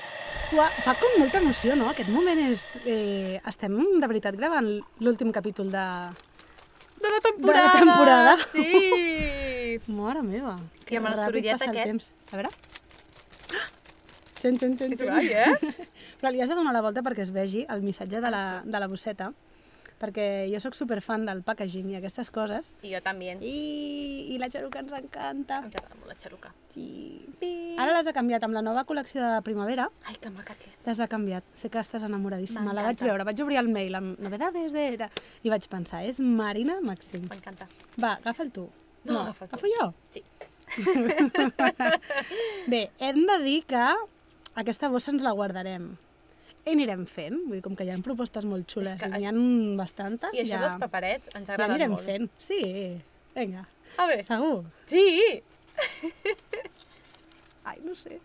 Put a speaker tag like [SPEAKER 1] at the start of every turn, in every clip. [SPEAKER 1] actuar... Fa com molta emoció, no? Aquest moment és... Eh, estem de veritat gravant l'últim capítol de...
[SPEAKER 2] De la temporada!
[SPEAKER 1] temporada.
[SPEAKER 2] Sí!
[SPEAKER 1] Mora meva! que
[SPEAKER 2] amb el
[SPEAKER 1] ràpid
[SPEAKER 2] sorollet
[SPEAKER 1] passa el
[SPEAKER 2] aquest.
[SPEAKER 1] Temps. A veure... Xen, xen, xen,
[SPEAKER 2] És guai, eh?
[SPEAKER 1] Però li has de donar la volta perquè es vegi el missatge de la,
[SPEAKER 2] Ah,
[SPEAKER 1] de la bosseta, perquè jo sóc superfan del packaging i aquestes coses.
[SPEAKER 2] I jo també. I...
[SPEAKER 1] I, i la xaruca ens encanta.
[SPEAKER 2] Ens agrada molt la xaruca.
[SPEAKER 1] Sí. Ara les ha canviat amb la nova col·lecció de primavera.
[SPEAKER 2] Ai, que maca que és.
[SPEAKER 1] T'has de canviat. Sé que estàs enamoradíssima. La vaig
[SPEAKER 2] M'encanta.
[SPEAKER 1] veure, vaig obrir el mail amb novedades de... de- I vaig pensar, és Marina Màxim.
[SPEAKER 2] M'encanta.
[SPEAKER 1] Va, agafa'l tu.
[SPEAKER 2] No, agafa tu.
[SPEAKER 1] agafo jo.
[SPEAKER 2] Sí.
[SPEAKER 1] Bé, hem de dir que aquesta bossa ens la guardarem. I anirem fent, vull dir, com que hi ha propostes molt xules,
[SPEAKER 2] que-
[SPEAKER 1] que... n'hi ha bastantes,
[SPEAKER 2] I això
[SPEAKER 1] ja,
[SPEAKER 2] dels paperets ens
[SPEAKER 1] ja
[SPEAKER 2] agrada
[SPEAKER 1] anirem
[SPEAKER 2] molt.
[SPEAKER 1] fent. Sí, vinga,
[SPEAKER 2] A veure,
[SPEAKER 1] segur.
[SPEAKER 2] sí!
[SPEAKER 1] Ai, no sé.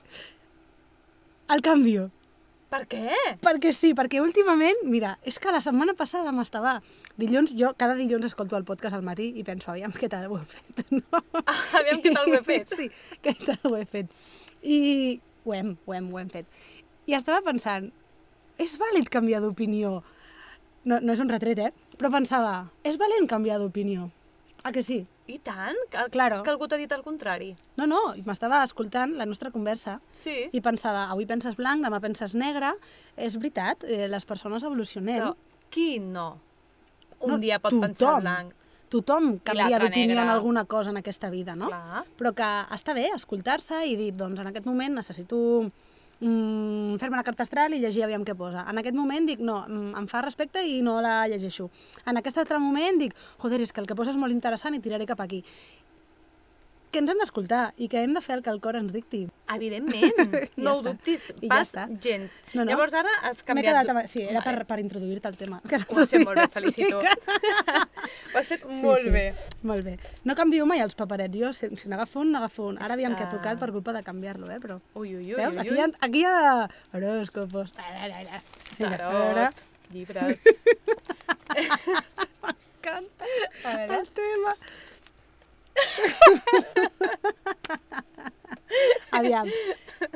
[SPEAKER 1] El canvio.
[SPEAKER 2] Per què?
[SPEAKER 1] Perquè sí, perquè últimament, mira, és que la setmana passada m'estava... Dilluns, jo cada dilluns escolto el podcast al matí i penso, aviam què tal ho he fet, no?
[SPEAKER 2] Aviam què tal ho he fet.
[SPEAKER 1] Sí, què tal ho he fet. I ho hem, ho hem, ho hem fet. I estava pensant, és vàlid canviar d'opinió? No, no és un retret, eh? Però pensava, és valent canviar d'opinió? Ah, que sí?
[SPEAKER 2] I tant? Que,
[SPEAKER 1] Claro.
[SPEAKER 2] que algú t'ha dit el contrari.
[SPEAKER 1] No, no, i m'estava escoltant la nostra conversa
[SPEAKER 2] Sí.
[SPEAKER 1] i pensava, avui penses blanc, demà penses negre. És veritat, eh, les persones evolucionem.
[SPEAKER 2] Però qui no? Un
[SPEAKER 1] No,
[SPEAKER 2] dia pot pensar
[SPEAKER 1] tothom.
[SPEAKER 2] en blanc.
[SPEAKER 1] tothom canvia
[SPEAKER 2] l'altre
[SPEAKER 1] d'opinió en
[SPEAKER 2] negre.
[SPEAKER 1] alguna cosa en aquesta vida, no?
[SPEAKER 2] Clar.
[SPEAKER 1] Però que està bé escoltar-se i dir, doncs en aquest moment necessito mm, fer-me la carta astral i llegir aviam què posa. En aquest moment dic, no, mm, em fa respecte i no la llegeixo. En aquest altre moment dic, joder, és que el que posa és molt interessant i tiraré cap aquí. Que ens hem d'escoltar i que hem de fer el que el cor ens dicti.
[SPEAKER 2] Evidentment,
[SPEAKER 1] I
[SPEAKER 2] no
[SPEAKER 1] ja
[SPEAKER 2] ho
[SPEAKER 1] està.
[SPEAKER 2] dubtis
[SPEAKER 1] I ja
[SPEAKER 2] pas
[SPEAKER 1] està.
[SPEAKER 2] gens.
[SPEAKER 1] No, no.
[SPEAKER 2] Llavors ara has
[SPEAKER 1] M'he
[SPEAKER 2] canviat...
[SPEAKER 1] quedat...
[SPEAKER 2] d'o-
[SPEAKER 1] Amb... Sí, era
[SPEAKER 2] Vale.
[SPEAKER 1] per, per introduir-te al tema. Que no
[SPEAKER 2] Ho has fet molt bé,
[SPEAKER 1] t'havia
[SPEAKER 2] felicito. ho has fet
[SPEAKER 1] Sí,
[SPEAKER 2] molt
[SPEAKER 1] sí.
[SPEAKER 2] bé.
[SPEAKER 1] Molt bé. No canvio mai els paperets. Jo, si, si n'agafo un, n'agafo un.
[SPEAKER 2] És
[SPEAKER 1] Ara aviam que...
[SPEAKER 2] que-
[SPEAKER 1] ha tocat per culpa de canviar-lo, eh? Però...
[SPEAKER 2] Ui, Ah. ui, ui,
[SPEAKER 1] Veus?
[SPEAKER 2] ui,
[SPEAKER 1] Aquí
[SPEAKER 2] ui.
[SPEAKER 1] hi ha... Aquí hi ha... Horòscopos. Vinga, a veure...
[SPEAKER 2] Tarot, llibres...
[SPEAKER 1] Canta
[SPEAKER 2] A veure,
[SPEAKER 1] el tema. Aviam,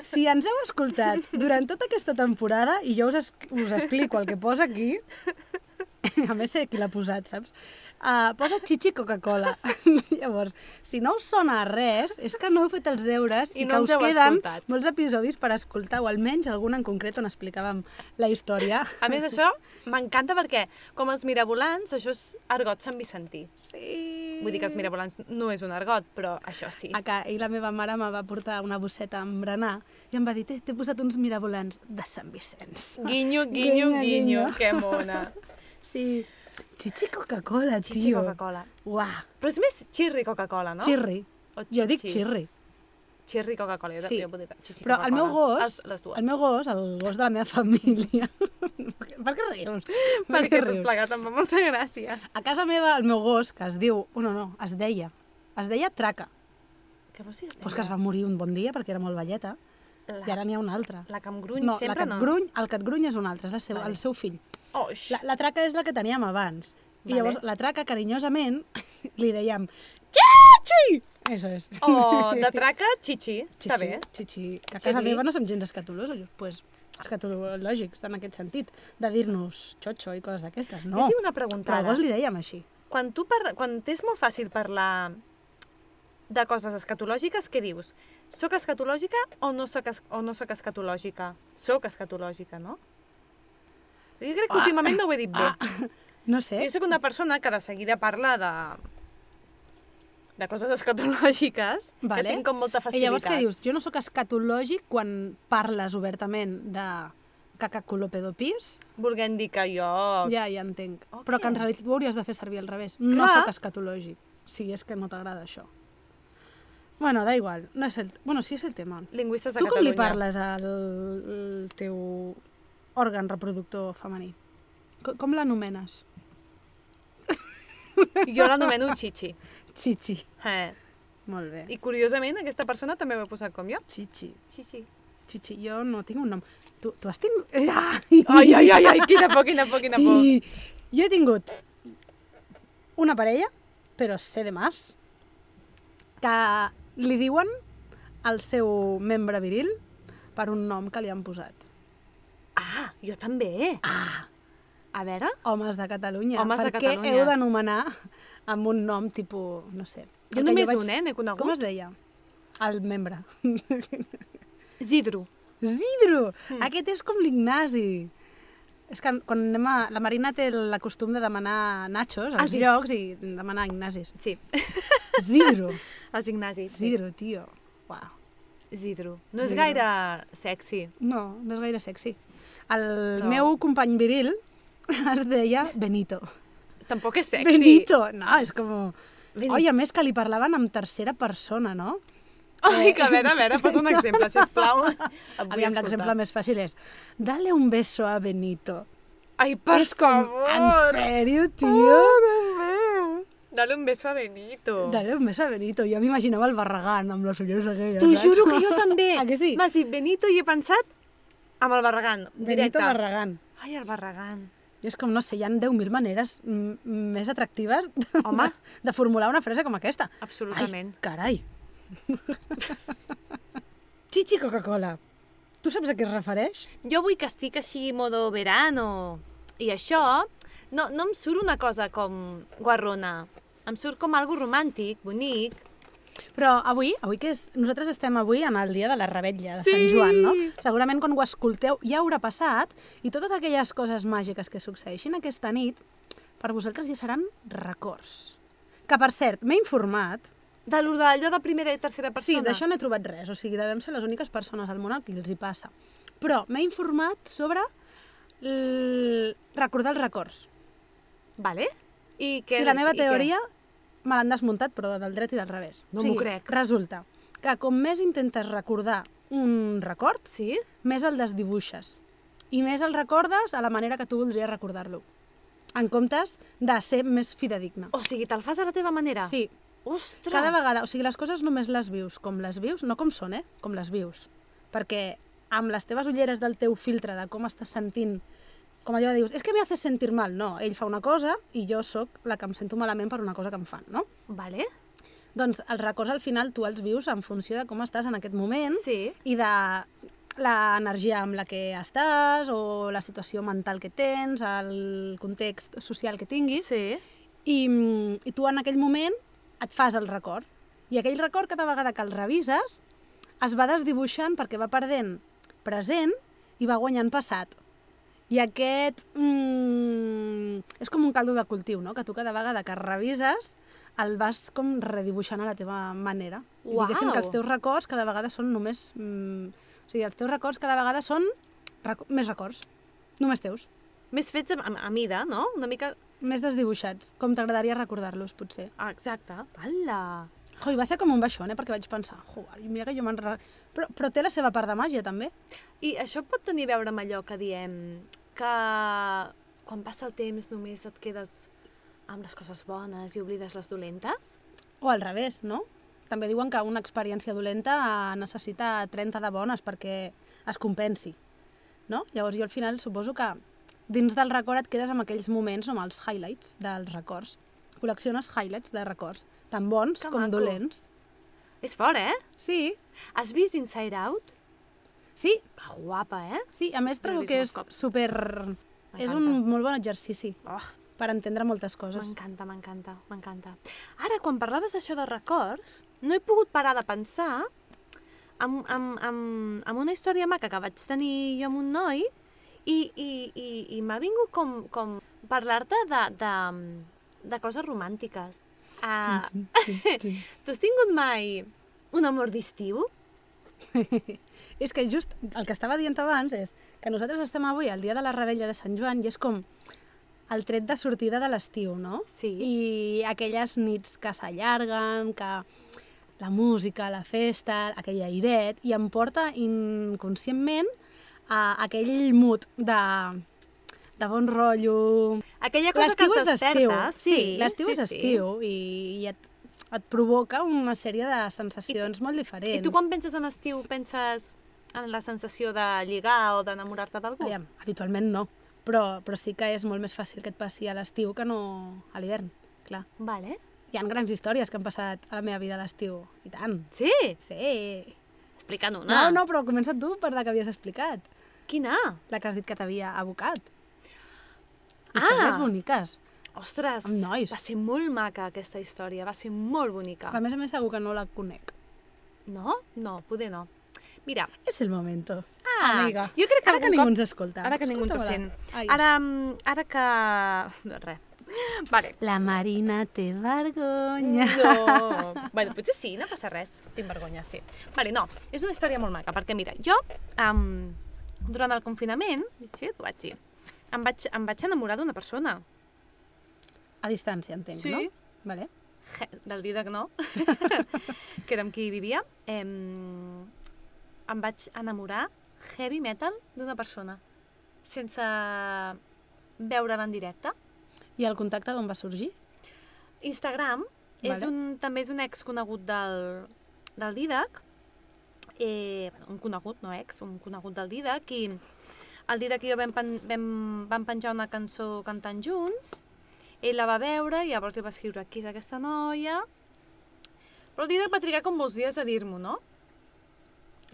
[SPEAKER 1] si ens heu escoltat durant tota aquesta temporada, i jo us, es, us explico el que posa aquí, a més sé qui l'ha posat, saps? Uh, posa xixi Coca-Cola. Llavors, si no us sona a res, és que no heu fet els deures i,
[SPEAKER 2] I no
[SPEAKER 1] que
[SPEAKER 2] ens
[SPEAKER 1] us
[SPEAKER 2] heu
[SPEAKER 1] queden
[SPEAKER 2] escoltat.
[SPEAKER 1] molts episodis per escoltar, o almenys algun en concret on explicàvem la història.
[SPEAKER 2] a més, això m'encanta perquè, com els mirabolans, això és argot Sant Vicentí.
[SPEAKER 1] Sí.
[SPEAKER 2] Vull dir que els mirabolans no és un argot, però això sí.
[SPEAKER 1] a que ahir la meva mare me va portar una bosseta amb berenar i em va dir, "Té- t'he posat uns mirabolans de Sant Vicenç.
[SPEAKER 2] Guinyo, guinyo,
[SPEAKER 1] Guinyo,
[SPEAKER 2] guinyo,
[SPEAKER 1] guinyo.
[SPEAKER 2] que mona.
[SPEAKER 1] Sí. Chichi Coca-Cola, tio.
[SPEAKER 2] Xixi Coca-Cola.
[SPEAKER 1] Uah,
[SPEAKER 2] Però és més xirri Coca-Cola, no?
[SPEAKER 1] xirri.
[SPEAKER 2] O
[SPEAKER 1] Jo dic
[SPEAKER 2] xixi.
[SPEAKER 1] xirri.
[SPEAKER 2] Xirri Coca-Cola, jo,
[SPEAKER 1] Sí.
[SPEAKER 2] jo puc dir xixi
[SPEAKER 1] Però el meu
[SPEAKER 2] Coca-Cola.
[SPEAKER 1] gos,
[SPEAKER 2] Les, les dues.
[SPEAKER 1] el meu gos, el gos de la meva família... per què rius? Per què
[SPEAKER 2] perquè tot
[SPEAKER 1] rius?
[SPEAKER 2] plegat em fa molta gràcia.
[SPEAKER 1] A casa meva, el meu gos, que es diu... Oh, no, no, es deia. Es deia Traca.
[SPEAKER 2] Què vols dir?
[SPEAKER 1] Però és que es va morir un bon dia perquè era molt velleta
[SPEAKER 2] La,
[SPEAKER 1] i ara n'hi ha una altra.
[SPEAKER 2] la que em gruny
[SPEAKER 1] no, la
[SPEAKER 2] sempre
[SPEAKER 1] que et
[SPEAKER 2] no.
[SPEAKER 1] gruny, el que et gruny és un altre, és la seu,
[SPEAKER 2] Vale.
[SPEAKER 1] el seu fill.
[SPEAKER 2] Oix.
[SPEAKER 1] La, la traca és la que teníem abans. I
[SPEAKER 2] Vale.
[SPEAKER 1] llavors la traca, carinyosament, li dèiem Chichi! Eso és.
[SPEAKER 2] O de traca, xixi. Oh, Està bé. eh?
[SPEAKER 1] Chichi. Que a casa
[SPEAKER 2] Chichi.
[SPEAKER 1] meva no som gens escatològics, pues, escatològics en aquest sentit, de dir-nos xotxo i coses d'aquestes.
[SPEAKER 2] Jo
[SPEAKER 1] No,
[SPEAKER 2] tinc una pregunta
[SPEAKER 1] però al
[SPEAKER 2] ara.
[SPEAKER 1] gos li dèiem així.
[SPEAKER 2] Quan, tu parla... Quan t'és molt fàcil parlar de coses escatològiques, què dius? Soc escatològica o no soc, es... o no soc escatològica? Soc escatològica, no? Jo crec que
[SPEAKER 1] Ah.
[SPEAKER 2] últimament no ho he dit bé.
[SPEAKER 1] No sé,
[SPEAKER 2] Jo sóc una persona que de seguida parla de de coses escatològiques,
[SPEAKER 1] Vale.
[SPEAKER 2] que tinc com molta
[SPEAKER 1] I
[SPEAKER 2] facilitat.
[SPEAKER 1] llavors què dius? Jo no sóc escatològic quan parles obertament de caca color pedopis?
[SPEAKER 2] Volguem dir que jo...
[SPEAKER 1] Ja, ja entenc.
[SPEAKER 2] Ok.
[SPEAKER 1] Però que en realitat ho hauries de fer servir al revés. No
[SPEAKER 2] Clar.
[SPEAKER 1] sóc escatològic, si és que no t'agrada això. Bueno, da igual. No és el... Bueno, sí és el tema.
[SPEAKER 2] Lingüistes de
[SPEAKER 1] Tu com
[SPEAKER 2] Catalunya.
[SPEAKER 1] li parles al al teu òrgan reproductor femení? Com, com l'anomenes?
[SPEAKER 2] Jo l'anomeno Chichi.
[SPEAKER 1] Chichi.
[SPEAKER 2] Eh.
[SPEAKER 1] Molt bé.
[SPEAKER 2] I curiosament aquesta persona també m'ho he posat com jo.
[SPEAKER 1] Chichi.
[SPEAKER 2] Chichi.
[SPEAKER 1] Chichi. Jo no tinc un nom. Tu, tu has tingut... Ai,
[SPEAKER 2] Ai, ai, ai, ai, quina por, quina por, quina por.
[SPEAKER 1] Sí. Jo he tingut una parella, però sé de més, que li diuen al seu membre viril per un nom que li han posat.
[SPEAKER 2] Jo també.
[SPEAKER 1] Ah,
[SPEAKER 2] A veure,
[SPEAKER 1] homes de Catalunya.
[SPEAKER 2] Homes de
[SPEAKER 1] per
[SPEAKER 2] Catalunya.
[SPEAKER 1] què heu d'anomenar amb un nom tipus, no sé.
[SPEAKER 2] jo
[SPEAKER 1] El que
[SPEAKER 2] només
[SPEAKER 1] vaig-
[SPEAKER 2] un, eh, n'he conegut.
[SPEAKER 1] Com es deia? El membre.
[SPEAKER 2] Zidro.
[SPEAKER 1] Zidro!
[SPEAKER 2] Hmm.
[SPEAKER 1] Mm. Aquest és com l'Ignasi. És que quan anem a... La Marina té el costum de demanar nachos als
[SPEAKER 2] Ah, sí.
[SPEAKER 1] llocs i demanar Ignasis.
[SPEAKER 2] Sí,
[SPEAKER 1] Zidro!
[SPEAKER 2] els Ignasis. Sí.
[SPEAKER 1] Zidro, tio. Uau.
[SPEAKER 2] Zidro. No és
[SPEAKER 1] Zidro.
[SPEAKER 2] gaire sexy.
[SPEAKER 1] No, no és gaire sexy. El
[SPEAKER 2] No.
[SPEAKER 1] no. meu company viril es deia Benito.
[SPEAKER 2] Tampoc és sexy.
[SPEAKER 1] Benito! No, és com...
[SPEAKER 2] Benito.
[SPEAKER 1] Oi, a més que li parlaven en tercera persona, no? eh.
[SPEAKER 2] Ai, que a veure, a veure, posa un exemple, sisplau. Et vull
[SPEAKER 1] Aviam, l'exemple
[SPEAKER 2] escoltar.
[SPEAKER 1] més fàcil és Dale un beso a Benito.
[SPEAKER 2] Ai, per
[SPEAKER 1] és com,
[SPEAKER 2] favor. Oh,
[SPEAKER 1] en sèrio, tio?
[SPEAKER 2] Déu. Dale un beso a Benito.
[SPEAKER 1] Dale un beso a Benito. Jo m'imaginava el Barragán amb les ulleres aquelles.
[SPEAKER 2] T'ho
[SPEAKER 1] saps?
[SPEAKER 2] juro que jo també.
[SPEAKER 1] Ah, que sí?
[SPEAKER 2] M'has dit Benito i he pensat amb el Barragán.
[SPEAKER 1] Benito
[SPEAKER 2] directe.
[SPEAKER 1] Barragán.
[SPEAKER 2] Ai, el Barragán.
[SPEAKER 1] I és com, no sé, hi ha 10.000 maneres mm, més atractives de,
[SPEAKER 2] Home.
[SPEAKER 1] de formular una frase com aquesta.
[SPEAKER 2] Absolutament.
[SPEAKER 1] Ai, carai. Chichi Coca-Cola. Tu saps a què es refereix?
[SPEAKER 2] Jo vull que estic així modo verano. I això, no, no em surt una cosa com guarrona. Em surt com algo romàntic, bonic.
[SPEAKER 1] Però avui, avui que és... Nosaltres estem avui en el dia de la rebetlla de Sant
[SPEAKER 2] Sí.
[SPEAKER 1] Joan, no? Segurament quan ho escolteu ja haurà passat i totes aquelles coses màgiques que succeeixin aquesta nit per vosaltres ja seran records. Que, per cert, m'he informat...
[SPEAKER 2] De lo- d'allò de primera i tercera persona.
[SPEAKER 1] Sí, d'això no he trobat res, o sigui, devem ser les úniques persones al món al que els hi passa. Però m'he informat sobre l... recordar els records.
[SPEAKER 2] Vale. I, què,
[SPEAKER 1] I la meva
[SPEAKER 2] i què?
[SPEAKER 1] teoria me l'han desmuntat, però del dret i del revés.
[SPEAKER 2] No
[SPEAKER 1] O
[SPEAKER 2] m'ho
[SPEAKER 1] sigui,
[SPEAKER 2] crec.
[SPEAKER 1] Resulta que com més intentes recordar un record,
[SPEAKER 2] Sí?
[SPEAKER 1] més el desdibuixes. I més el recordes a la manera que tu voldries recordar-lo. En comptes de ser més fidedigna.
[SPEAKER 2] O sigui, te'l fas a la teva manera?
[SPEAKER 1] Sí,
[SPEAKER 2] Ostres!
[SPEAKER 1] cada vegada... O sigui, les coses només les vius com les vius, no com són, eh? Com les vius. Perquè amb les teves ulleres del teu filtre de com estàs sentint com allò de dius, és que me haces sentir mal. No, ell fa una cosa i jo sóc la que em sento malament per una cosa que em fan, no?
[SPEAKER 2] Vale.
[SPEAKER 1] Doncs els records al final tu els vius en funció de com estàs en aquest moment
[SPEAKER 2] Sí.
[SPEAKER 1] i de l'energia amb la que estàs o la situació mental que tens, el context social que tinguis
[SPEAKER 2] Sí.
[SPEAKER 1] i, mm, i tu en aquell moment et fas el record i aquell record cada vegada que el revises es va desdibuixant perquè va perdent present i va guanyant passat i aquest mm, és com un caldo de cultiu, no? que tu cada vegada que revises el vas com redibuixant a la teva manera. I Diguéssim que els
[SPEAKER 2] Uau!
[SPEAKER 1] teus records cada vegada són només... Mm, o sigui, els teus records cada vegada són rec més records, només teus,
[SPEAKER 2] Més fets a, a mida, no? Una mica...
[SPEAKER 1] més desdibuixats, com t'agradaria recordar-los, potser.
[SPEAKER 2] Ah, exacte. Hala!
[SPEAKER 1] Jo, i va ser com un baixón, eh? perquè vaig pensar, joder, mira que jo me'n... re-" Però, però té la seva part de màgia, també.
[SPEAKER 2] I això pot tenir a veure amb allò que diem que quan passa el temps només et quedes amb les coses bones i oblides les dolentes?
[SPEAKER 1] O al revés, no? També diuen que una experiència dolenta eh, necessita 30 de bones perquè es compensi, no? Llavors jo al final suposo que dins del record et quedes amb aquells moments, amb els highlights dels records. Col·lecciones highlights de records, tan bons
[SPEAKER 2] Que
[SPEAKER 1] com
[SPEAKER 2] maco.
[SPEAKER 1] dolents.
[SPEAKER 2] És fort, eh?
[SPEAKER 1] Sí,
[SPEAKER 2] Has vist Inside Out?
[SPEAKER 1] sí,
[SPEAKER 2] Que guapa, eh?
[SPEAKER 1] sí. A més
[SPEAKER 2] No
[SPEAKER 1] trobo
[SPEAKER 2] l'he
[SPEAKER 1] que és
[SPEAKER 2] vist molts cops.
[SPEAKER 1] super... És un
[SPEAKER 2] M'encanta.
[SPEAKER 1] molt bon exercici
[SPEAKER 2] Oh,
[SPEAKER 1] per entendre moltes coses.
[SPEAKER 2] m'encanta, m'encanta, m'encanta. Ara, quan parlaves això de records, no he pogut parar de pensar en, en, en, en una història maca que vaig tenir jo amb un noi i, i, i, i m'ha vingut com, com parlar-te de, de, de coses romàntiques. Uh,
[SPEAKER 1] Mm. M'encanta.
[SPEAKER 2] Tu has tingut mai un amor d'estiu?
[SPEAKER 1] És que just el que estava dient abans és que nosaltres estem avui al dia de la Rebella de Sant Joan i és com el tret de sortida de l'estiu, no?
[SPEAKER 2] Sí.
[SPEAKER 1] I aquelles nits que s'allarguen, que la música, la festa, aquell airet, i em porta inconscientment a aquell mood de, de bon rotllo...
[SPEAKER 2] Aquella cosa que es desperta.
[SPEAKER 1] sí, l'estiu és estiu i, i et, et provoca una sèrie de sensacions molt diferents.
[SPEAKER 2] I tu quan penses en estiu penses en la sensació de lligar o d'enamorar-te d'algú?
[SPEAKER 1] Aviam, habitualment no, però, però sí que és molt més fàcil que et passi a l'estiu que no a l'hivern, clar.
[SPEAKER 2] Vale.
[SPEAKER 1] Hi han grans històries que han passat a la meva vida a l'estiu, i tant.
[SPEAKER 2] Sí,
[SPEAKER 1] Sí.
[SPEAKER 2] explicant una.
[SPEAKER 1] No, no, però comença tu per la que havies explicat.
[SPEAKER 2] Quina?
[SPEAKER 1] la que has dit que t'havia abocat.
[SPEAKER 2] Ah!
[SPEAKER 1] Històries boniques.
[SPEAKER 2] Ostres,
[SPEAKER 1] Amb nois.
[SPEAKER 2] va ser molt maca aquesta història, va ser molt bonica.
[SPEAKER 1] A més a més, segur que no la conec.
[SPEAKER 2] No? No, poder no. Mira,
[SPEAKER 1] És el momento.
[SPEAKER 2] Ah,
[SPEAKER 1] Amiga,
[SPEAKER 2] jo crec que
[SPEAKER 1] ara que
[SPEAKER 2] algun
[SPEAKER 1] ningú
[SPEAKER 2] cop-
[SPEAKER 1] ens escolta.
[SPEAKER 2] ara que ningú ens ho
[SPEAKER 1] Escolta-la.
[SPEAKER 2] sent.
[SPEAKER 1] Ai.
[SPEAKER 2] Ara, mm, ara que... Doncs res. Vale.
[SPEAKER 1] La Marina té vergonya.
[SPEAKER 2] No. bueno, potser sí, no passa res. Tinc vergonya, sí. Vale, no, és una història molt maca, perquè mira, jo, um, durant el confinament, sí, t'ho vaig dir, em vaig, em vaig enamorar d'una persona.
[SPEAKER 1] A distància, entenc,
[SPEAKER 2] Sí.
[SPEAKER 1] no? Vale.
[SPEAKER 2] Je, Del Didac no, que era amb qui vivia. Em, em vaig enamorar heavy metal d'una persona, sense veure-la en directe.
[SPEAKER 1] I el contacte d'on va sorgir?
[SPEAKER 2] Instagram és
[SPEAKER 1] Vale.
[SPEAKER 2] un, també és un ex conegut del, del Didac, eh, bueno, un conegut, no ex, un conegut del Didac, i el Didac i jo vam, pen, vam, vam penjar una cançó cantant junts, ell la va veure i llavors li va escriure qui és aquesta noia, però el Didac va trigar com molts dies a dir-m'ho, no?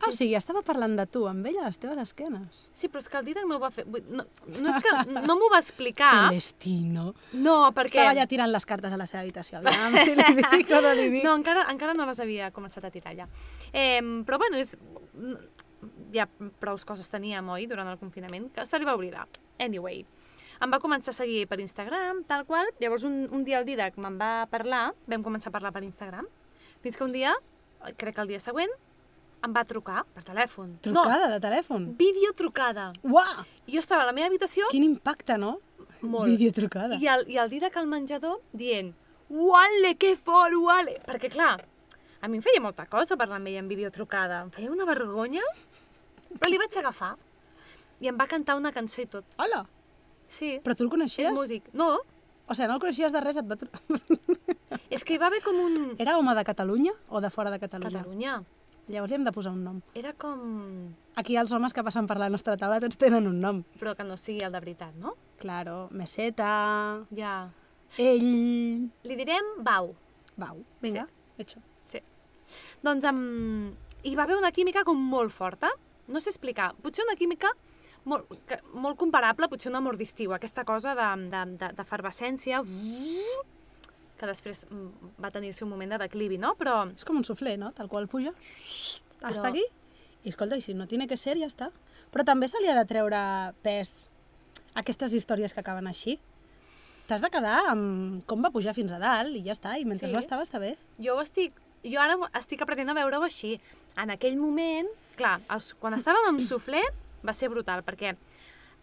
[SPEAKER 1] Ah, o sigui, estava parlant de tu, amb ella a les teves esquenes.
[SPEAKER 2] Sí, però és que el Didac no ho va fer... vull- No, no és que no m'ho va explicar,
[SPEAKER 1] El destino.
[SPEAKER 2] no, Ah. perquè...
[SPEAKER 1] Estava ja tirant les cartes a la seva habitació. Aviam si li dic o no li dic.
[SPEAKER 2] No, encara, encara no les havia començat a tirar ja. Eh, però bueno, és, mm, ja prou coses teníem, oi, durant el confinament, que se li va oblidar. Anyway, em va començar a seguir per Instagram, tal qual. Llavors un, un dia el Didac me'n va parlar, vam començar a parlar per Instagram, fins que un dia, crec que el dia següent, em va trucar per telèfon.
[SPEAKER 1] Trucada de
[SPEAKER 2] No,
[SPEAKER 1] telèfon.
[SPEAKER 2] videotrucada.
[SPEAKER 1] Uah!
[SPEAKER 2] Jo estava a la meva habitació
[SPEAKER 1] Quin impacte, no?
[SPEAKER 2] Molt.
[SPEAKER 1] Videotrucada.
[SPEAKER 2] i el, i el Didac al menjador dient Uale, que fort, uale! Perquè, clar, a mi em feia molta cosa parlar amb ella en videotrucada. Em feia una vergonya, però li vaig agafar. I em va cantar una cançó i tot.
[SPEAKER 1] Hola!
[SPEAKER 2] Sí,
[SPEAKER 1] Però tu el
[SPEAKER 2] és
[SPEAKER 1] coneixies?
[SPEAKER 2] músic. No,
[SPEAKER 1] O sigui, no el coneixies de res, et va... tru-
[SPEAKER 2] és que hi va haver com un...
[SPEAKER 1] Era home de Catalunya o de fora de Catalunya?
[SPEAKER 2] Catalunya.
[SPEAKER 1] Llavors li hem de posar un nom.
[SPEAKER 2] Era com...
[SPEAKER 1] Aquí els homes que passen per la nostra taula tots tenen un nom.
[SPEAKER 2] Però que no sigui el de veritat, no?
[SPEAKER 1] Claro, Meseta,
[SPEAKER 2] Ja...
[SPEAKER 1] ell...
[SPEAKER 2] Li direm Bau.
[SPEAKER 1] Bau, vinga, hecho.
[SPEAKER 2] Doncs um, hi va haver una química com molt forta, no sé explicar, potser una química molt, que, molt comparable, potser a un amor d'estiu, aquesta cosa de- de- de- d'efervescència, de, que després mm, va tenir el seu moment de declivi, no? Però
[SPEAKER 1] És com un suflé, no? Tal qual puja. Hasta
[SPEAKER 2] Però-
[SPEAKER 1] aquí. I escolta, i si no tiene que ser, ja està. Però també se li ha de treure pes a aquestes històries que acaben així. T'has de quedar amb com va pujar fins a dalt i ja està. I mentre
[SPEAKER 2] Sí.
[SPEAKER 1] sí. ho estava, està bé.
[SPEAKER 2] jo ho estic, jo ara ho- estic aprenent a veure-ho així. En aquell moment, clar, els, quan estàvem amb Soufflé va ser brutal, perquè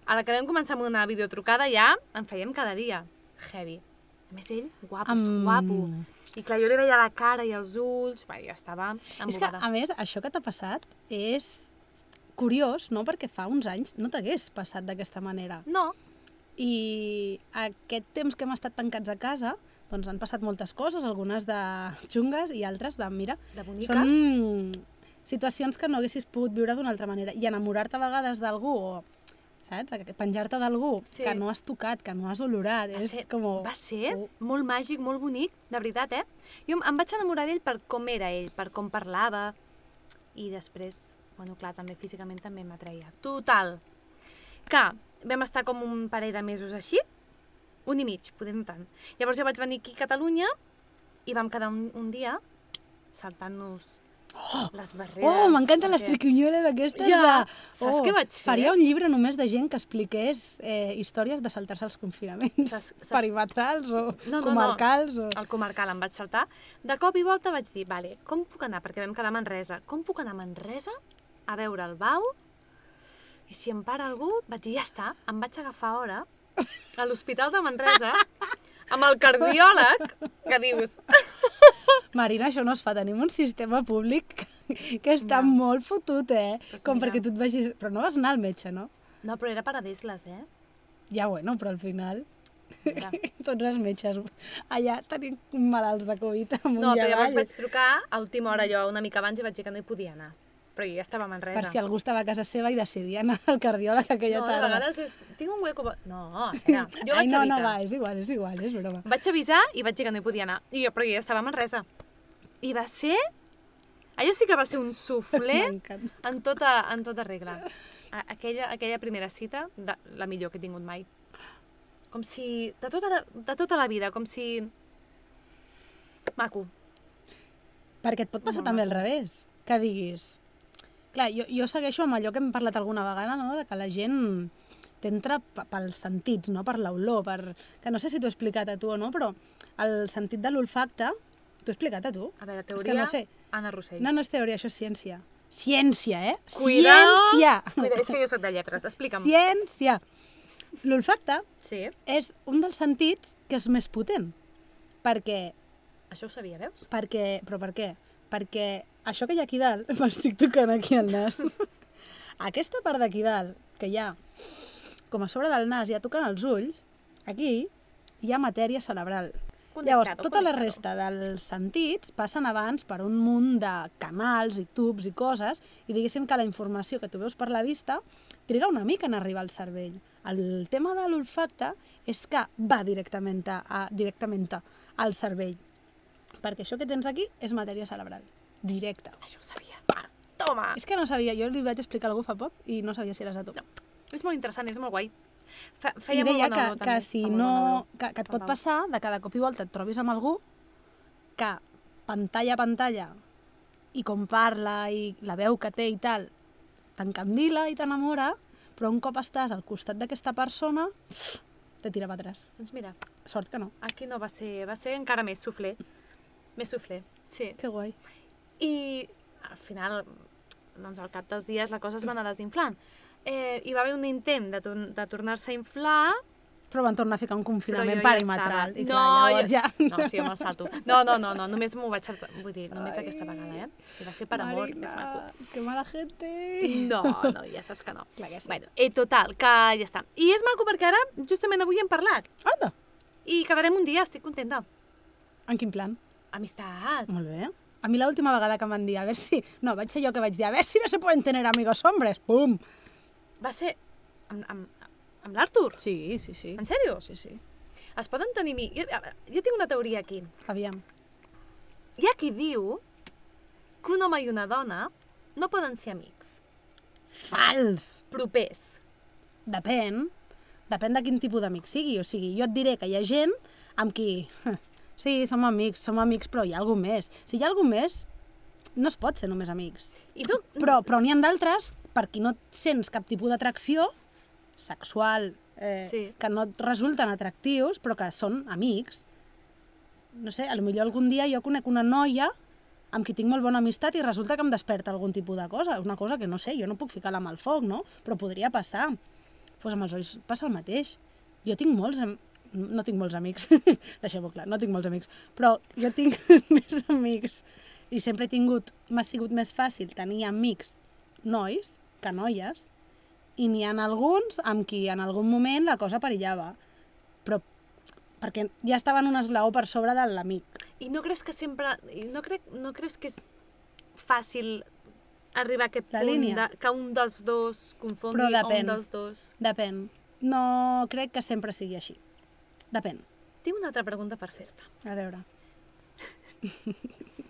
[SPEAKER 2] a la que vam començar amb una videotrucada ja en fèiem cada dia, heavy. A més ell, guapo,
[SPEAKER 1] Amb-
[SPEAKER 2] guapo. I clar, jo li veia la cara i els ulls, bé, jo estava
[SPEAKER 1] És que,
[SPEAKER 2] embobada.
[SPEAKER 1] a més, això que t'ha passat és curiós, no? Perquè fa uns anys no t'hagués passat d'aquesta manera.
[SPEAKER 2] No,
[SPEAKER 1] I aquest temps que hem estat tancats a casa, doncs han passat moltes coses, algunes de xungues i altres de, mira,
[SPEAKER 2] de boniques.
[SPEAKER 1] són situacions que no haguessis pogut viure d'una altra manera. I enamorar-te a vegades d'algú o, saps? Penjar-te d'algú
[SPEAKER 2] Sí.
[SPEAKER 1] que no has tocat, que no has olorat,
[SPEAKER 2] Va
[SPEAKER 1] és
[SPEAKER 2] ser-
[SPEAKER 1] com...
[SPEAKER 2] Va ser
[SPEAKER 1] Oh.
[SPEAKER 2] molt màgic, molt bonic, de veritat, eh? Jo em- em vaig enamorar d'ell per com era ell, per com parlava, i després, bueno, clar, també físicament també m'atreia. Total, que vam estar com un parell de mesos així, un i mig, poder no tant. Llavors jo vaig venir aquí a Catalunya i vam quedar un, un dia saltant-nos
[SPEAKER 1] Oh!
[SPEAKER 2] les barreres.
[SPEAKER 1] Oh, m'encanten les
[SPEAKER 2] perquè-
[SPEAKER 1] triquinyoles aquestes
[SPEAKER 2] Ja,
[SPEAKER 1] de...
[SPEAKER 2] saps què vaig fer?
[SPEAKER 1] Oh, Faria un llibre només de gent que expliqués eh, històries de saltar-se els confinaments
[SPEAKER 2] Saps- saps-
[SPEAKER 1] perimetrals o
[SPEAKER 2] no, Oh. no.
[SPEAKER 1] comarcals o...
[SPEAKER 2] el comarcal em vaig saltar, de cop i volta vaig dir, vale, com puc anar, perquè vam quedar a Manresa, com puc anar a Manresa a veure el Bau? I si em para algú, vaig dir, ja està, em vaig agafar hora a l'Hospital de Manresa amb el cardiòleg, que dius,
[SPEAKER 1] Marina, això no es fa. Tenim un sistema públic que està
[SPEAKER 2] No.
[SPEAKER 1] molt fotut, eh?
[SPEAKER 2] Pues
[SPEAKER 1] Com
[SPEAKER 2] mira.
[SPEAKER 1] perquè tu et vagis... Però no vas anar al metge, no?
[SPEAKER 2] no, però era paradisles, eh?
[SPEAKER 1] Ja, bueno, però al final
[SPEAKER 2] Mira.
[SPEAKER 1] tots els metges allà tenint malalts de Covid amunt
[SPEAKER 2] No,
[SPEAKER 1] i
[SPEAKER 2] però llavors
[SPEAKER 1] avall.
[SPEAKER 2] vaig trucar a última hora, jo una mica abans, i vaig dir que no hi podia anar. Però jo ja estava a
[SPEAKER 1] Per
[SPEAKER 2] Manresa.
[SPEAKER 1] si algú estava a casa seva i decidia anar al cardiòleg aquella
[SPEAKER 2] no, de
[SPEAKER 1] tarda.
[SPEAKER 2] vegades és... Tinc un hueco... bo-" No, era... Jo
[SPEAKER 1] Ai,
[SPEAKER 2] vaig
[SPEAKER 1] no,
[SPEAKER 2] avisar.
[SPEAKER 1] no, va, és igual, és igual, és broma.
[SPEAKER 2] Vaig avisar i vaig dir que no hi podia anar. I jo, però jo ja estava a Manresa. I va ser... Allò sí que va ser un suflé
[SPEAKER 1] M'encanta.
[SPEAKER 2] en tota, en tota regla. a- aquella, aquella primera cita, de, la millor que he tingut mai. Com si... De tota la, de tota la vida, com si... Maco.
[SPEAKER 1] Perquè et pot passar
[SPEAKER 2] Molt
[SPEAKER 1] també al revés, que diguis... Clar, jo, jo segueixo amb allò que hem parlat alguna vegada, no? de que la gent t'entra pe- pels sentits, no? per l'olor, per... que no sé si t'ho he explicat a tu o no, però el sentit de l'olfacte, t'ho he explicat a tu?
[SPEAKER 2] A veure,
[SPEAKER 1] que
[SPEAKER 2] teoria...
[SPEAKER 1] no sé.
[SPEAKER 2] Anna Rossell.
[SPEAKER 1] No, no és teoria, això és ciència. Ciència, eh?
[SPEAKER 2] Cuidao!
[SPEAKER 1] Ciència!
[SPEAKER 2] Mira, és que jo soc de lletres, explica'm.
[SPEAKER 1] Ciència! L'olfacte
[SPEAKER 2] Sí,
[SPEAKER 1] és un dels sentits que és més potent, perquè
[SPEAKER 2] això ho sabia, veus?
[SPEAKER 1] Perquè, però per què? Perquè això que hi ha aquí dalt, m'estic tocant aquí el nas, aquesta part d'aquí dalt, que hi ha com a sobre del nas, ja tocant els ulls, aquí hi ha matèria cerebral. Llavors, tota la
[SPEAKER 2] connectado.
[SPEAKER 1] resta dels sentits passen abans per un munt de canals i tubs i coses, i diguéssim que la informació que tu veus per la vista triga una mica en arribar al cervell. El tema de l'olfacte és que va directament, a, a, directament a, al cervell, perquè això que tens aquí és matèria cerebral, directa.
[SPEAKER 2] Això ho sabia. Pa! Toma!
[SPEAKER 1] És que no sabia, jo li vaig explicar a algú fa poc i no sabia si eres a tu.
[SPEAKER 2] No, És molt interessant, és molt guai. Fa,
[SPEAKER 1] I
[SPEAKER 2] feia molt
[SPEAKER 1] deia
[SPEAKER 2] bona
[SPEAKER 1] que,
[SPEAKER 2] olor,
[SPEAKER 1] que
[SPEAKER 2] també.
[SPEAKER 1] si
[SPEAKER 2] Fa molt bona
[SPEAKER 1] no...
[SPEAKER 2] olor.
[SPEAKER 1] Que, que et pot
[SPEAKER 2] Perdó.
[SPEAKER 1] passar de cada cop i volta et trobis amb algú que pantalla a pantalla i com parla i la veu que té i tal t'encandila i t'enamora però un cop estàs al costat d'aquesta persona te tira per atràs.
[SPEAKER 2] Doncs mira,
[SPEAKER 1] Sort que no.
[SPEAKER 2] aquí no va ser... Va ser encara més suflé. Més suflé, sí.
[SPEAKER 1] Que guai.
[SPEAKER 2] I al final, doncs al cap dels dies la cosa es va anar desinflant. Eh, hi va haver un intent de, tor de tornar-se a inflar,
[SPEAKER 1] Però van tornar a ficar un
[SPEAKER 2] però jo
[SPEAKER 1] confinament
[SPEAKER 2] ja
[SPEAKER 1] perimetral.
[SPEAKER 2] estava...
[SPEAKER 1] I
[SPEAKER 2] no,
[SPEAKER 1] clar, llavors
[SPEAKER 2] jo...
[SPEAKER 1] ja...
[SPEAKER 2] no, sí, jo me'l salto. No, no, no, no, només m'ho vaig saltar. Vull dir, només
[SPEAKER 1] Ai.
[SPEAKER 2] aquesta vegada, eh? I va ser per amor, és maco.
[SPEAKER 1] Que mala gente.
[SPEAKER 2] No, no, ja saps que no.
[SPEAKER 1] Clar que sí.
[SPEAKER 2] Bueno, eh, total, que ja està. I és maco perquè ara, justament avui hem parlat.
[SPEAKER 1] Anda!
[SPEAKER 2] I quedarem un dia, estic contenta.
[SPEAKER 1] En quin plan?
[SPEAKER 2] Amistat.
[SPEAKER 1] Molt bé. A mi l'última vegada que em van dir, a veure si... No, vaig ser jo que vaig dir, a veure si no se poden tenir amigos hombres. Pum!
[SPEAKER 2] Va ser amb, amb, amb l'Artur.
[SPEAKER 1] Sí, sí, sí.
[SPEAKER 2] En sèrio?
[SPEAKER 1] Sí, sí.
[SPEAKER 2] Es poden tenir... mi- Jo, a veure, jo tinc una teoria aquí.
[SPEAKER 1] Aviam.
[SPEAKER 2] Hi ha qui diu que un home i una dona no poden ser amics,
[SPEAKER 1] Fals!
[SPEAKER 2] propers.
[SPEAKER 1] Depèn. Depèn de quin tipus d'amic sigui. O sigui, jo et diré que hi ha gent amb qui... Sí, som amics, som amics, però hi ha algú més. Si hi ha algú més, no es pot ser només amics.
[SPEAKER 2] I tu...
[SPEAKER 1] Però, però n'hi ha d'altres per qui no et sents cap tipus d'atracció sexual, eh, sí.
[SPEAKER 2] Sí.
[SPEAKER 1] que no et resulten atractius, però que són amics. No sé, a lo millor algun dia jo conec una noia amb qui tinc molt bona amistat i resulta que em desperta algun tipus de cosa, una cosa que no sé, jo no puc ficar-la amb el foc, no? Però podria passar. Doncs pues amb els ulls passa el mateix. Jo tinc molts... Am... No tinc molts amics, deixem-ho clar, no tinc molts amics, però jo tinc més amics i sempre he tingut... M'ha sigut més fàcil tenir amics nois que noies i n'hi ha alguns amb qui en algun moment la cosa perillava, però perquè ja estaven un esglaó per sobre de l'amic.
[SPEAKER 2] I no creus que sempre... i No, crec, no creus que és fàcil arribar a aquest
[SPEAKER 1] La
[SPEAKER 2] punt
[SPEAKER 1] línia.
[SPEAKER 2] De, que un dels dos confongui
[SPEAKER 1] Però depèn.
[SPEAKER 2] un dels dos...
[SPEAKER 1] Depèn. No crec que sempre sigui així. Depèn.
[SPEAKER 2] Tinc una altra pregunta per fer-te.
[SPEAKER 1] A veure,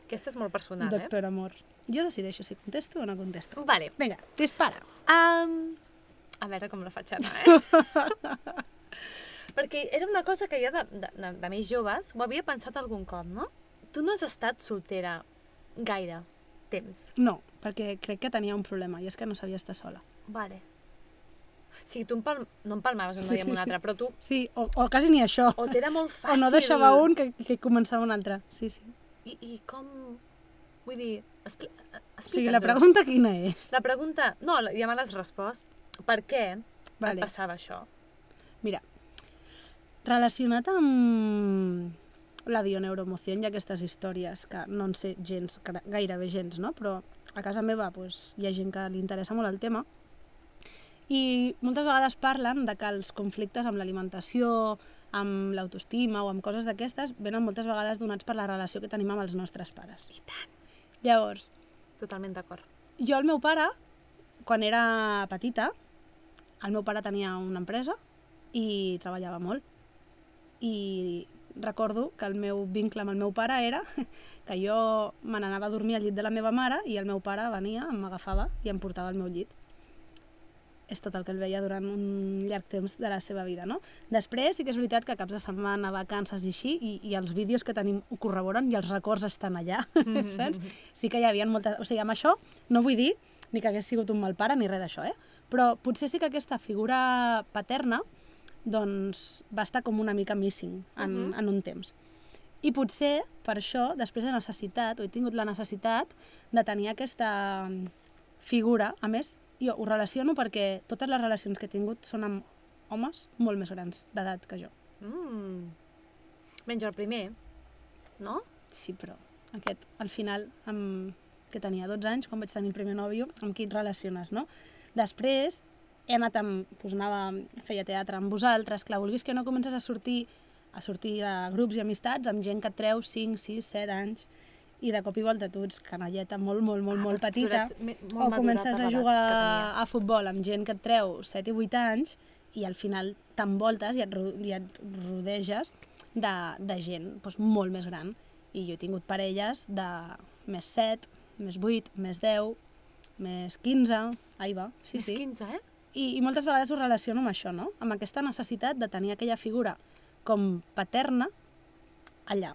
[SPEAKER 2] Aquesta és molt personal,
[SPEAKER 1] doctor amor. Jo decideixo si contesto o no contesto.
[SPEAKER 2] eh? Vale.
[SPEAKER 1] Vinga, dispara.
[SPEAKER 2] Um, a veure com la faig ara, eh? Perquè era una cosa que jo de, de, de, de més joves ho havia pensat algun cop, no? Tu no has estat soltera gaire temps.
[SPEAKER 1] No, perquè crec que tenia un problema i és que no sabia estar sola.
[SPEAKER 2] Vale. O sigui, tu empal... no empalmaves un noi amb un altre, però tu
[SPEAKER 1] Sí, o, o quasi ni això.
[SPEAKER 2] o t'era molt
[SPEAKER 1] o
[SPEAKER 2] fàcil...
[SPEAKER 1] no deixava un que, que començava un altre. Sí, sí.
[SPEAKER 2] I, i com... Vull dir, expli... explica'ns-ho.
[SPEAKER 1] O sigui, la pregunta quina és?
[SPEAKER 2] La pregunta... No, la- ja me l'has respost. Per què et
[SPEAKER 1] Vale.
[SPEAKER 2] passava això?
[SPEAKER 1] Mira, relacionat amb la bioneuromoció i aquestes històries, que no en sé gens, gra- gairebé gens, no? però a casa meva pues, hi ha gent que li interessa molt el tema, i moltes vegades parlen de que els conflictes amb l'alimentació, amb l'autoestima o amb coses d'aquestes venen moltes vegades donats per la relació que tenim amb els nostres pares.
[SPEAKER 2] I tant.
[SPEAKER 1] Llavors,
[SPEAKER 2] Totalment d'acord.
[SPEAKER 1] jo, el meu pare, quan era petita, el meu pare tenia una empresa i treballava molt. I recordo que el meu vincle amb el meu pare era que jo me n'anava a dormir al llit de la meva mare i el meu pare venia, m'agafava i em portava al meu llit. és tot el que el veia durant un llarg temps de la seva vida, no? Després sí que és veritat que caps de setmana, vacances i així, i, i els vídeos que tenim ho corroboren i els records estan allà, saps? Sí que hi havia moltes... O sigui, amb això no vull dir ni que hagués sigut un mal pare ni res d'això, eh? Però potser sí que aquesta figura paterna doncs va estar com una mica missing en,
[SPEAKER 2] Mhm.
[SPEAKER 1] en un temps. I potser per això, després de necessitat, o he tingut la necessitat de tenir aquesta mm, figura. A més, jo ho relaciono perquè totes les relacions que he tingut són amb homes molt més grans d'edat que jo.
[SPEAKER 2] Mm. Menys el primer, no?
[SPEAKER 1] Sí, però aquest, al final, amb... que tenia 12 anys, quan vaig tenir el primer nòvio, amb qui et relaciones, no? Després he anat amb... Doncs anava, feia teatre amb vosaltres, clar, vulguis que no comences a sortir a sortir a grups i amistats amb gent que et treu 5, 6, 7 anys i de cop i volta tu ets canalleta molt, molt, molt, molt
[SPEAKER 2] Ah, Tu
[SPEAKER 1] petita.
[SPEAKER 2] eres me- molt
[SPEAKER 1] o
[SPEAKER 2] madura
[SPEAKER 1] comences
[SPEAKER 2] per
[SPEAKER 1] a
[SPEAKER 2] l'edat
[SPEAKER 1] jugar
[SPEAKER 2] que
[SPEAKER 1] a futbol amb gent que et treu 7 i 8 anys i al final t'envoltes i, et ro- i et rodeges de, de gent doncs, molt més gran. I jo he tingut parelles de més 7, més 8, més 10, més 15, ahí va, sí,
[SPEAKER 2] tenies.
[SPEAKER 1] sí.
[SPEAKER 2] Més 15, eh?
[SPEAKER 1] I, I moltes vegades ho relaciono amb això, no? Amb aquesta necessitat de tenir aquella figura com paterna allà.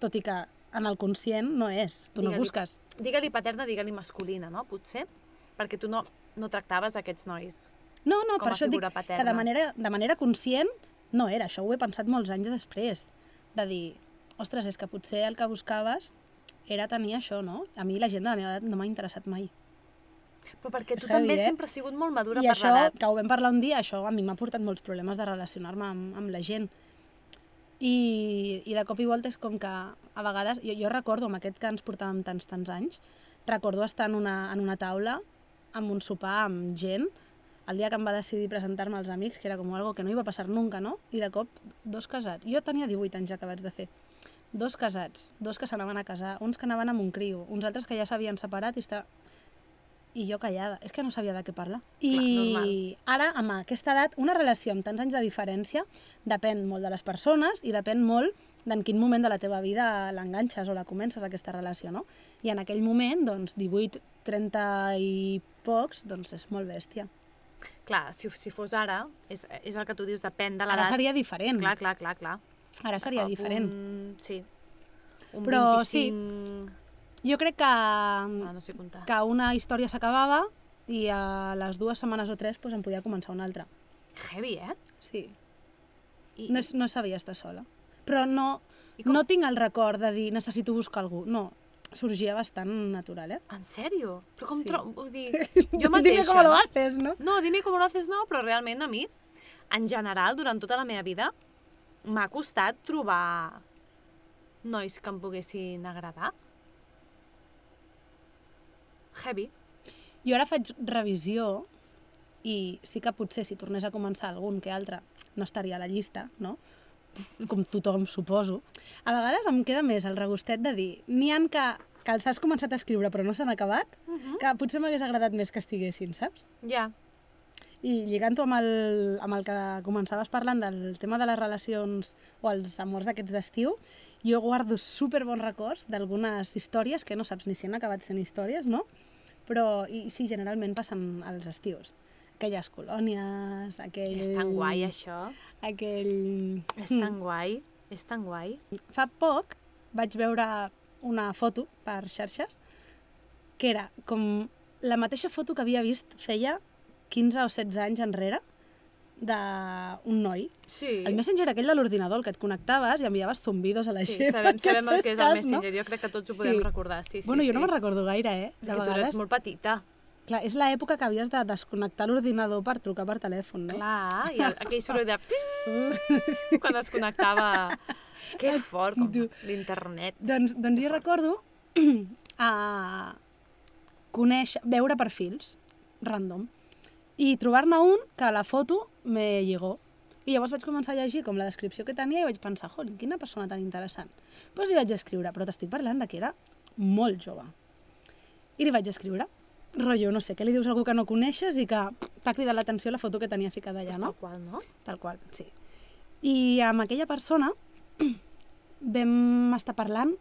[SPEAKER 1] Tot i que en el conscient no és, tu no
[SPEAKER 2] Digue-li.
[SPEAKER 1] busques.
[SPEAKER 2] Digue-li paterna, digue-li masculina, no? Potser, perquè tu no, no tractaves aquests nois.
[SPEAKER 1] No, no,
[SPEAKER 2] Com
[SPEAKER 1] per
[SPEAKER 2] a
[SPEAKER 1] això et dic
[SPEAKER 2] figura
[SPEAKER 1] que
[SPEAKER 2] paterna.
[SPEAKER 1] de manera, de manera conscient no era, això ho he pensat molts anys després, de dir, ostres, és que potser el que buscaves era tenir això, no? A mi la gent de la meva edat no m'ha interessat mai.
[SPEAKER 2] Però perquè
[SPEAKER 1] És
[SPEAKER 2] tu
[SPEAKER 1] heavy,
[SPEAKER 2] també
[SPEAKER 1] eh?
[SPEAKER 2] sempre has sigut molt madura
[SPEAKER 1] I
[SPEAKER 2] per
[SPEAKER 1] això,
[SPEAKER 2] l'edat.
[SPEAKER 1] que ho vam parlar un dia, això a mi m'ha portat molts problemes de relacionar-me amb, amb la gent. I, I de cop i volta és com que a vegades, jo, jo recordo amb aquest que ens portàvem tants, tants anys, recordo estar en una, en una taula, amb un sopar, amb gent, el dia que em va decidir presentar-me als amics, que era com algo que no iba a passar nunca, no? I de cop, dos casats. Jo tenia 18 anys acabats de fer. Dos casats, dos que s'anaven a casar, uns que anaven amb un criu, uns altres que ja s'havien separat i està... I jo callada, és que no sabia de què parlar. I ara, amb aquesta edat, una relació amb tants anys de diferència depèn molt de les persones i depèn molt d'en quin moment de la teva vida l'enganxes o la comences aquesta relació, no? I en aquell moment, doncs, 18, 30 i pocs, doncs és molt bèstia.
[SPEAKER 2] Clar, si, si fos ara, és, és el que tu dius, depèn de
[SPEAKER 1] Ara
[SPEAKER 2] l'edat.
[SPEAKER 1] seria diferent.
[SPEAKER 2] Clar, clar, clar, clar.
[SPEAKER 1] Ara Mm. seria diferent.
[SPEAKER 2] Un, sí. Un
[SPEAKER 1] Però
[SPEAKER 2] 25...
[SPEAKER 1] sí.
[SPEAKER 2] Ah,
[SPEAKER 1] Jo crec que, mm,
[SPEAKER 2] no sé comptar.
[SPEAKER 1] que una història s'acabava i a les dues setmanes o tres doncs, en podia començar una altra.
[SPEAKER 2] Heavy, eh?
[SPEAKER 1] Sí.
[SPEAKER 2] I,
[SPEAKER 1] No, és- no sabia estar sola. Però no,
[SPEAKER 2] I com-
[SPEAKER 1] no tinc el record de dir necessito buscar algú. No, sorgia bastant natural, eh?
[SPEAKER 2] En sèrio? Però com
[SPEAKER 1] Sí.
[SPEAKER 2] sí. tro... Vull dir, jo mateixa...
[SPEAKER 1] Dime cómo lo haces, no?
[SPEAKER 2] No, dime com ho haces, no, però realment a mi, en general, durant tota la meva vida, m'ha costat trobar nois que em poguessin agradar. Heavy.
[SPEAKER 1] Jo ara faig revisió i sí que potser si tornés a començar algun que altre no estaria a la llista, no? Com tothom, suposo. A vegades em queda més el regustet de dir n'hi han que, que els has començat a escriure però no s'han acabat,
[SPEAKER 2] Uh -huh.
[SPEAKER 1] que potser m'hagués agradat més que estiguessin, saps?
[SPEAKER 2] Ja.
[SPEAKER 1] I lligant-ho amb, el, amb el que començaves parlant del tema de les relacions o els amors aquests d'estiu, jo guardo superbons records d'algunes històries que no saps ni si han acabat sent històries, no? Però i, sí, generalment passen als estius. Aquelles colònies, aquell...
[SPEAKER 2] És tan guai, eh? això.
[SPEAKER 1] Aquell...
[SPEAKER 2] És tan guai. És tan guai.
[SPEAKER 1] Fa poc vaig veure una foto per xarxes que era com la mateixa foto que havia vist feia 15 o 16 anys enrere d'un noi.
[SPEAKER 2] Sí.
[SPEAKER 1] El Messenger aquell de l'ordinador, el que et connectaves i enviaves zumbidos a la
[SPEAKER 2] sí,
[SPEAKER 1] gent. perquè
[SPEAKER 2] sabem,
[SPEAKER 1] et
[SPEAKER 2] sabem el que
[SPEAKER 1] fes
[SPEAKER 2] és el
[SPEAKER 1] cas,
[SPEAKER 2] Messenger. No? Jo crec que tots ho
[SPEAKER 1] Sí.
[SPEAKER 2] podem recordar. Sí, sí,
[SPEAKER 1] bueno,
[SPEAKER 2] sí.
[SPEAKER 1] jo no me'n recordo gaire, eh? De
[SPEAKER 2] Perquè tu
[SPEAKER 1] vegades,
[SPEAKER 2] eres molt petita.
[SPEAKER 1] clar, és l'època que havies de desconnectar l'ordinador per trucar per telèfon, no?
[SPEAKER 2] Clar, i el, aquell soroll de... pim, quan es connectava... Que fort, com
[SPEAKER 1] tu.
[SPEAKER 2] l'internet.
[SPEAKER 1] Doncs, doncs jo recordo a conèixer, veure perfils random i trobar-ne un que a la foto me lligó. I llavors vaig començar a llegir com la descripció que tenia i vaig pensar, jol, quina persona tan interessant. Doncs pues li vaig escriure, però t'estic parlant de que era molt jove. I li vaig escriure, rotllo, no sé, què li dius a algú que no coneixes i que t'ha cridat l'atenció la foto que tenia ficada allà, no?
[SPEAKER 2] Tal qual, no?
[SPEAKER 1] Tal qual, sí. I amb aquella persona vam estar parlant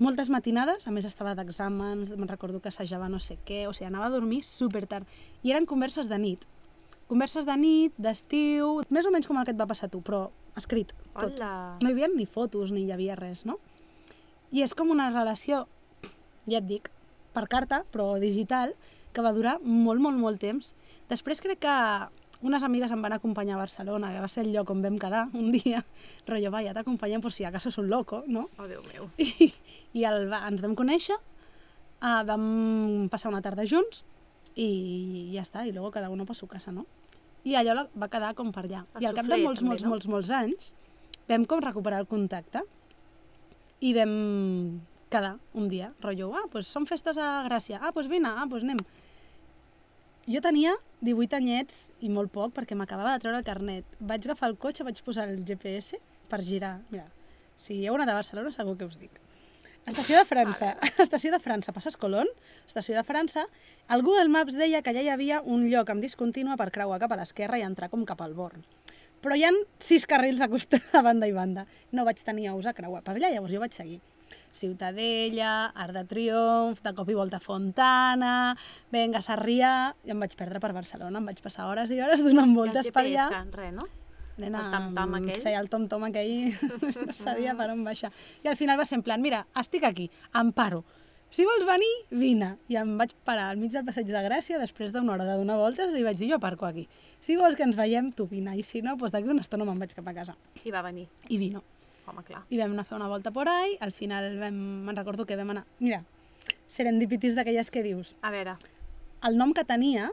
[SPEAKER 1] moltes matinades, a més estava d'exàmens, me'n recordo que assajava no sé què, o sigui, anava a dormir super tard. I eren converses de nit. Converses de nit, d'estiu, més o menys com el que et va passar a tu, però escrit, tot.
[SPEAKER 2] Hola.
[SPEAKER 1] No hi havia ni fotos, ni hi havia res, no? I és com una relació, ja et dic, per carta, però digital, que va durar molt, molt, molt temps. Després crec que unes amigues em van acompanyar a Barcelona, que va ser el lloc on vam quedar un dia. Rollo, vaya, t'acompanyem per si acaso és un loco, no?
[SPEAKER 2] Oh, Déu meu.
[SPEAKER 1] I, i el, va- ens vam conèixer, uh, vam passar una tarda junts i ja està, i luego cada uno per su casa, no? I allò la- va quedar com per allà.
[SPEAKER 2] A
[SPEAKER 1] I al cap de
[SPEAKER 2] sufler,
[SPEAKER 1] molts,
[SPEAKER 2] també,
[SPEAKER 1] molts,
[SPEAKER 2] no?
[SPEAKER 1] molts, molts anys vam com recuperar el contacte i vam quedar un dia, rotllo, ah, doncs són festes a Gràcia, ah, doncs vine, ah, doncs anem. Jo tenia 18 anyets i molt poc perquè m'acabava de treure el carnet. Vaig agafar el cotxe, vaig posar el GPS per girar. Mira, si hi heu anat a Barcelona segur que us dic. Estació de França. Estació de França. Passes Colón, estació de França. El Google Maps deia que allà hi havia un lloc amb discontínua per creuar cap a l'esquerra i entrar com cap al Born. Però hi han sis carrils a costat a banda i banda. No vaig tenir ous a creuar per allà, llavors jo vaig seguir. Ciutadella, Arc de Triomf, de cop i volta Fontana, venga, Sarrià... I em vaig perdre per Barcelona, em vaig passar hores i hores donant voltes
[SPEAKER 2] I el
[SPEAKER 1] per allà.
[SPEAKER 2] GPS, Res, no?
[SPEAKER 1] Nena,
[SPEAKER 2] El tam-tam
[SPEAKER 1] em
[SPEAKER 2] aquell.
[SPEAKER 1] Feia el tom-tom aquell, no sabia per on baixar. I al final va ser en plan, mira, estic aquí, em paro. Si vols venir, vine. I em vaig parar al mig del passeig de Gràcia, després d'una hora de donar voltes, i vaig dir, jo aparco aquí. Si vols que ens veiem, tu vine. I si no, doncs d'aquí una estona me'n vaig cap a casa.
[SPEAKER 2] I va venir.
[SPEAKER 1] I vino.
[SPEAKER 2] Home, clar.
[SPEAKER 1] I vam anar a fer una volta por ahí, al final vam... me'n recordo que vam anar... Mira, serendipitis d'aquelles que dius,
[SPEAKER 2] A veure,
[SPEAKER 1] el nom que tenia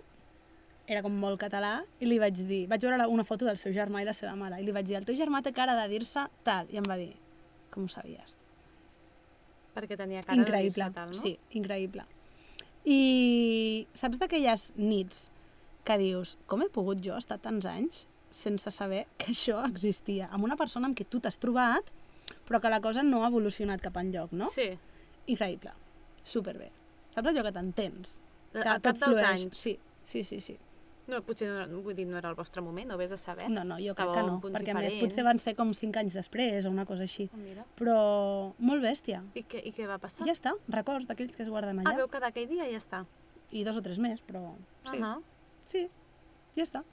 [SPEAKER 1] era com molt català i li vaig dir, vaig veure la- una foto del seu germà i la seva mare i li vaig dir, el teu germà té cara de dir-se tal i em va dir, com ho sabies?
[SPEAKER 2] perquè tenia cara
[SPEAKER 1] increïble,
[SPEAKER 2] de dir-se tal, no?
[SPEAKER 1] sí, increïble i saps d'aquelles nits que dius, com he pogut jo estar tants anys sense saber que això existia amb una persona amb qui tu t'has trobat però que la cosa no ha evolucionat cap enlloc, no?
[SPEAKER 2] Sí.
[SPEAKER 1] increïble, superbé saps allò que t'entens?
[SPEAKER 2] Al
[SPEAKER 1] Que
[SPEAKER 2] cap
[SPEAKER 1] tot
[SPEAKER 2] dels
[SPEAKER 1] flueix.
[SPEAKER 2] anys.
[SPEAKER 1] sí, sí, sí, sí.
[SPEAKER 2] No, potser no, vull dir, no era el vostre moment, o vés a saber.
[SPEAKER 1] No, no, jo crec
[SPEAKER 2] Estàveu
[SPEAKER 1] que
[SPEAKER 2] en
[SPEAKER 1] no,
[SPEAKER 2] Eh? punts
[SPEAKER 1] perquè a més
[SPEAKER 2] diferents.
[SPEAKER 1] potser van ser com 5 anys després o una cosa així.
[SPEAKER 2] Oh, Mira.
[SPEAKER 1] Però molt bèstia.
[SPEAKER 2] I què, I què va passar?
[SPEAKER 1] Ja està, records d'aquells que es guarden
[SPEAKER 2] Ah,
[SPEAKER 1] allà.
[SPEAKER 2] veu quedar aquell dia i ja està.
[SPEAKER 1] I dos o tres més, però sí,
[SPEAKER 2] Ah,
[SPEAKER 1] sí, ja està.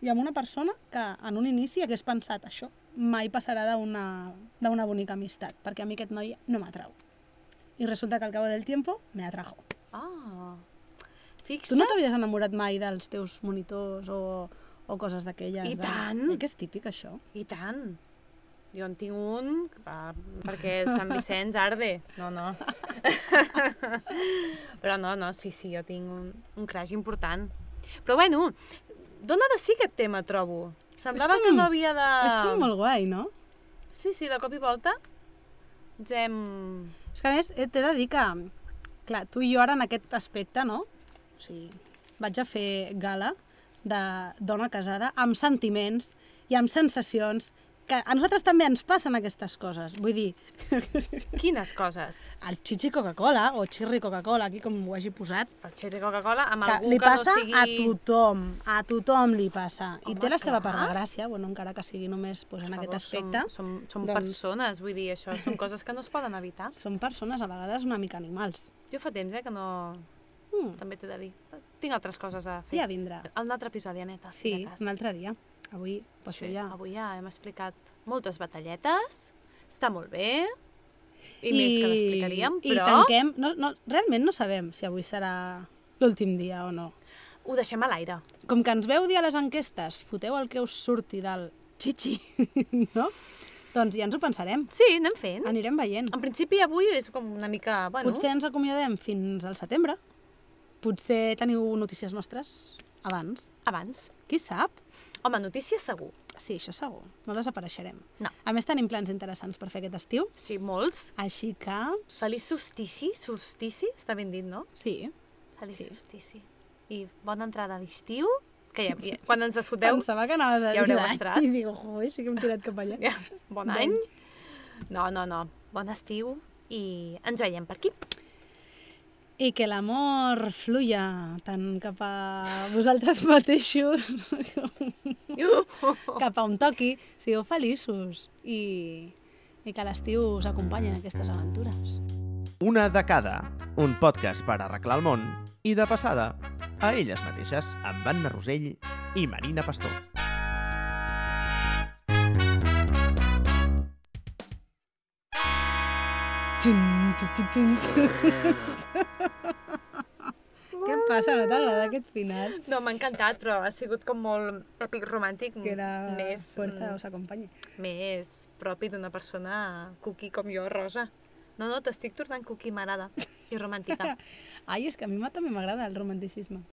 [SPEAKER 1] I amb una persona que en un inici hagués pensat això mai passarà d'una d'una bonica amistat, perquè a mi aquest noi no m'atrau. I resulta que al cabo del tiempo me atrajo.
[SPEAKER 2] ah.
[SPEAKER 1] Tu no
[SPEAKER 2] Fixa't.
[SPEAKER 1] t'havies enamorat mai dels teus monitors o, o coses d'aquelles?
[SPEAKER 2] I
[SPEAKER 1] de-
[SPEAKER 2] tant.
[SPEAKER 1] Eh, que és típic, això.
[SPEAKER 2] I tant. Jo en tinc un, que va, perquè Sant Vicenç arde. No, no. Però no, no, sí, sí, jo tinc un, un crash important. Però bueno, dona de sí aquest tema, trobo. Semblava
[SPEAKER 1] És
[SPEAKER 2] que
[SPEAKER 1] com-
[SPEAKER 2] no havia de...
[SPEAKER 1] És com molt guai, no?
[SPEAKER 2] Sí, sí, de cop i volta ens hem...
[SPEAKER 1] És que a més, eh, t'he de dir que, clar, tu i jo ara en aquest aspecte, no? O sigui, vaig a fer gala de dona casada amb sentiments i amb sensacions que a nosaltres també ens passen aquestes coses. Vull dir,
[SPEAKER 2] Quines coses?
[SPEAKER 1] el xixi Coca-Cola o xirri Coca-Cola, aquí com ho hagi posat,
[SPEAKER 2] El xet de Coca-Cola amb
[SPEAKER 1] que
[SPEAKER 2] algú
[SPEAKER 1] li
[SPEAKER 2] que
[SPEAKER 1] passa
[SPEAKER 2] no sigui...
[SPEAKER 1] a tothom, a tothom li passa. I
[SPEAKER 2] Home,
[SPEAKER 1] té la seva part
[SPEAKER 2] clar.
[SPEAKER 1] de gràcia, bueno, encara que sigui només pues, en
[SPEAKER 2] Per
[SPEAKER 1] aquest
[SPEAKER 2] favor,
[SPEAKER 1] aspecte.
[SPEAKER 2] Som, som, som
[SPEAKER 1] doncs-
[SPEAKER 2] persones, vull dir, això són coses que no es poden evitar.
[SPEAKER 1] Són persones a vegades una mica animals.
[SPEAKER 2] Jo fa temps, eh, que no...
[SPEAKER 1] Mm,
[SPEAKER 2] També t'he de dir. Tinc altres coses a fer.
[SPEAKER 1] ja vindrà.
[SPEAKER 2] A Un altre episodi, neta.
[SPEAKER 1] Sí, un altre dia. Avui, pues sí,
[SPEAKER 2] sí,
[SPEAKER 1] això ja...
[SPEAKER 2] Avui ja hem explicat moltes batalletes. Està molt bé. I, més que l'explicaríem,
[SPEAKER 1] I
[SPEAKER 2] però
[SPEAKER 1] tanquem... No, no, realment no sabem si avui serà l'últim dia o no.
[SPEAKER 2] ho deixem a l'aire.
[SPEAKER 1] Com que ens veu dir a les enquestes, foteu el que us surti del xixi, no? Doncs ja ens ho pensarem.
[SPEAKER 2] Sí, anem fent.
[SPEAKER 1] Anirem veient.
[SPEAKER 2] En principi avui és com una mica... Bueno,
[SPEAKER 1] Potser ens acomiadem fins al setembre. Potser teniu notícies nostres abans.
[SPEAKER 2] abans.
[SPEAKER 1] Qui sap?
[SPEAKER 2] Home, notícies segur.
[SPEAKER 1] Sí, això segur. No desapareixerem.
[SPEAKER 2] No.
[SPEAKER 1] A més, tenim plans interessants per fer aquest estiu.
[SPEAKER 2] Sí, molts.
[SPEAKER 1] Així que...
[SPEAKER 2] Feliç solstici, solstici, està ben dit, no?
[SPEAKER 1] Sí.
[SPEAKER 2] Feliç
[SPEAKER 1] Sí.
[SPEAKER 2] sí. solstici. I bona entrada d'estiu, que ja, ja, quan ens escolteu,
[SPEAKER 1] Pensava que anaves a
[SPEAKER 2] ja haureu
[SPEAKER 1] dir l'any.
[SPEAKER 2] entrat.
[SPEAKER 1] I digo, joder, sí que hem tirat cap allà.
[SPEAKER 2] ja, bon
[SPEAKER 1] Bon.
[SPEAKER 2] any. No, no, no, bon estiu i ens veiem per aquí.
[SPEAKER 1] I que l'amor fluya tant cap a vosaltres mateixos,
[SPEAKER 2] Uh!
[SPEAKER 1] cap a on toqui, sigueu feliços i, i que l'estiu us acompanyi en aquestes aventures.
[SPEAKER 3] Una de cada, un podcast per arreglar el món i, de passada, a elles mateixes, amb Anna Rosell i Marina Pastor.
[SPEAKER 1] Tin, tin, tin, tin, tin. Què et passa? No t'agrada aquest final?
[SPEAKER 2] No, m'ha encantat, però ha sigut com molt èpic romàntic,
[SPEAKER 1] Que era
[SPEAKER 2] més,
[SPEAKER 1] fuerza
[SPEAKER 2] mm,
[SPEAKER 1] os acompanya.
[SPEAKER 2] més propi d'una persona cookie com jo, rosa. No, no, t'estic tornant cookie, m'agrada, i romàntica.
[SPEAKER 1] Ai, és que a mi ma- també m'agrada el romanticisme.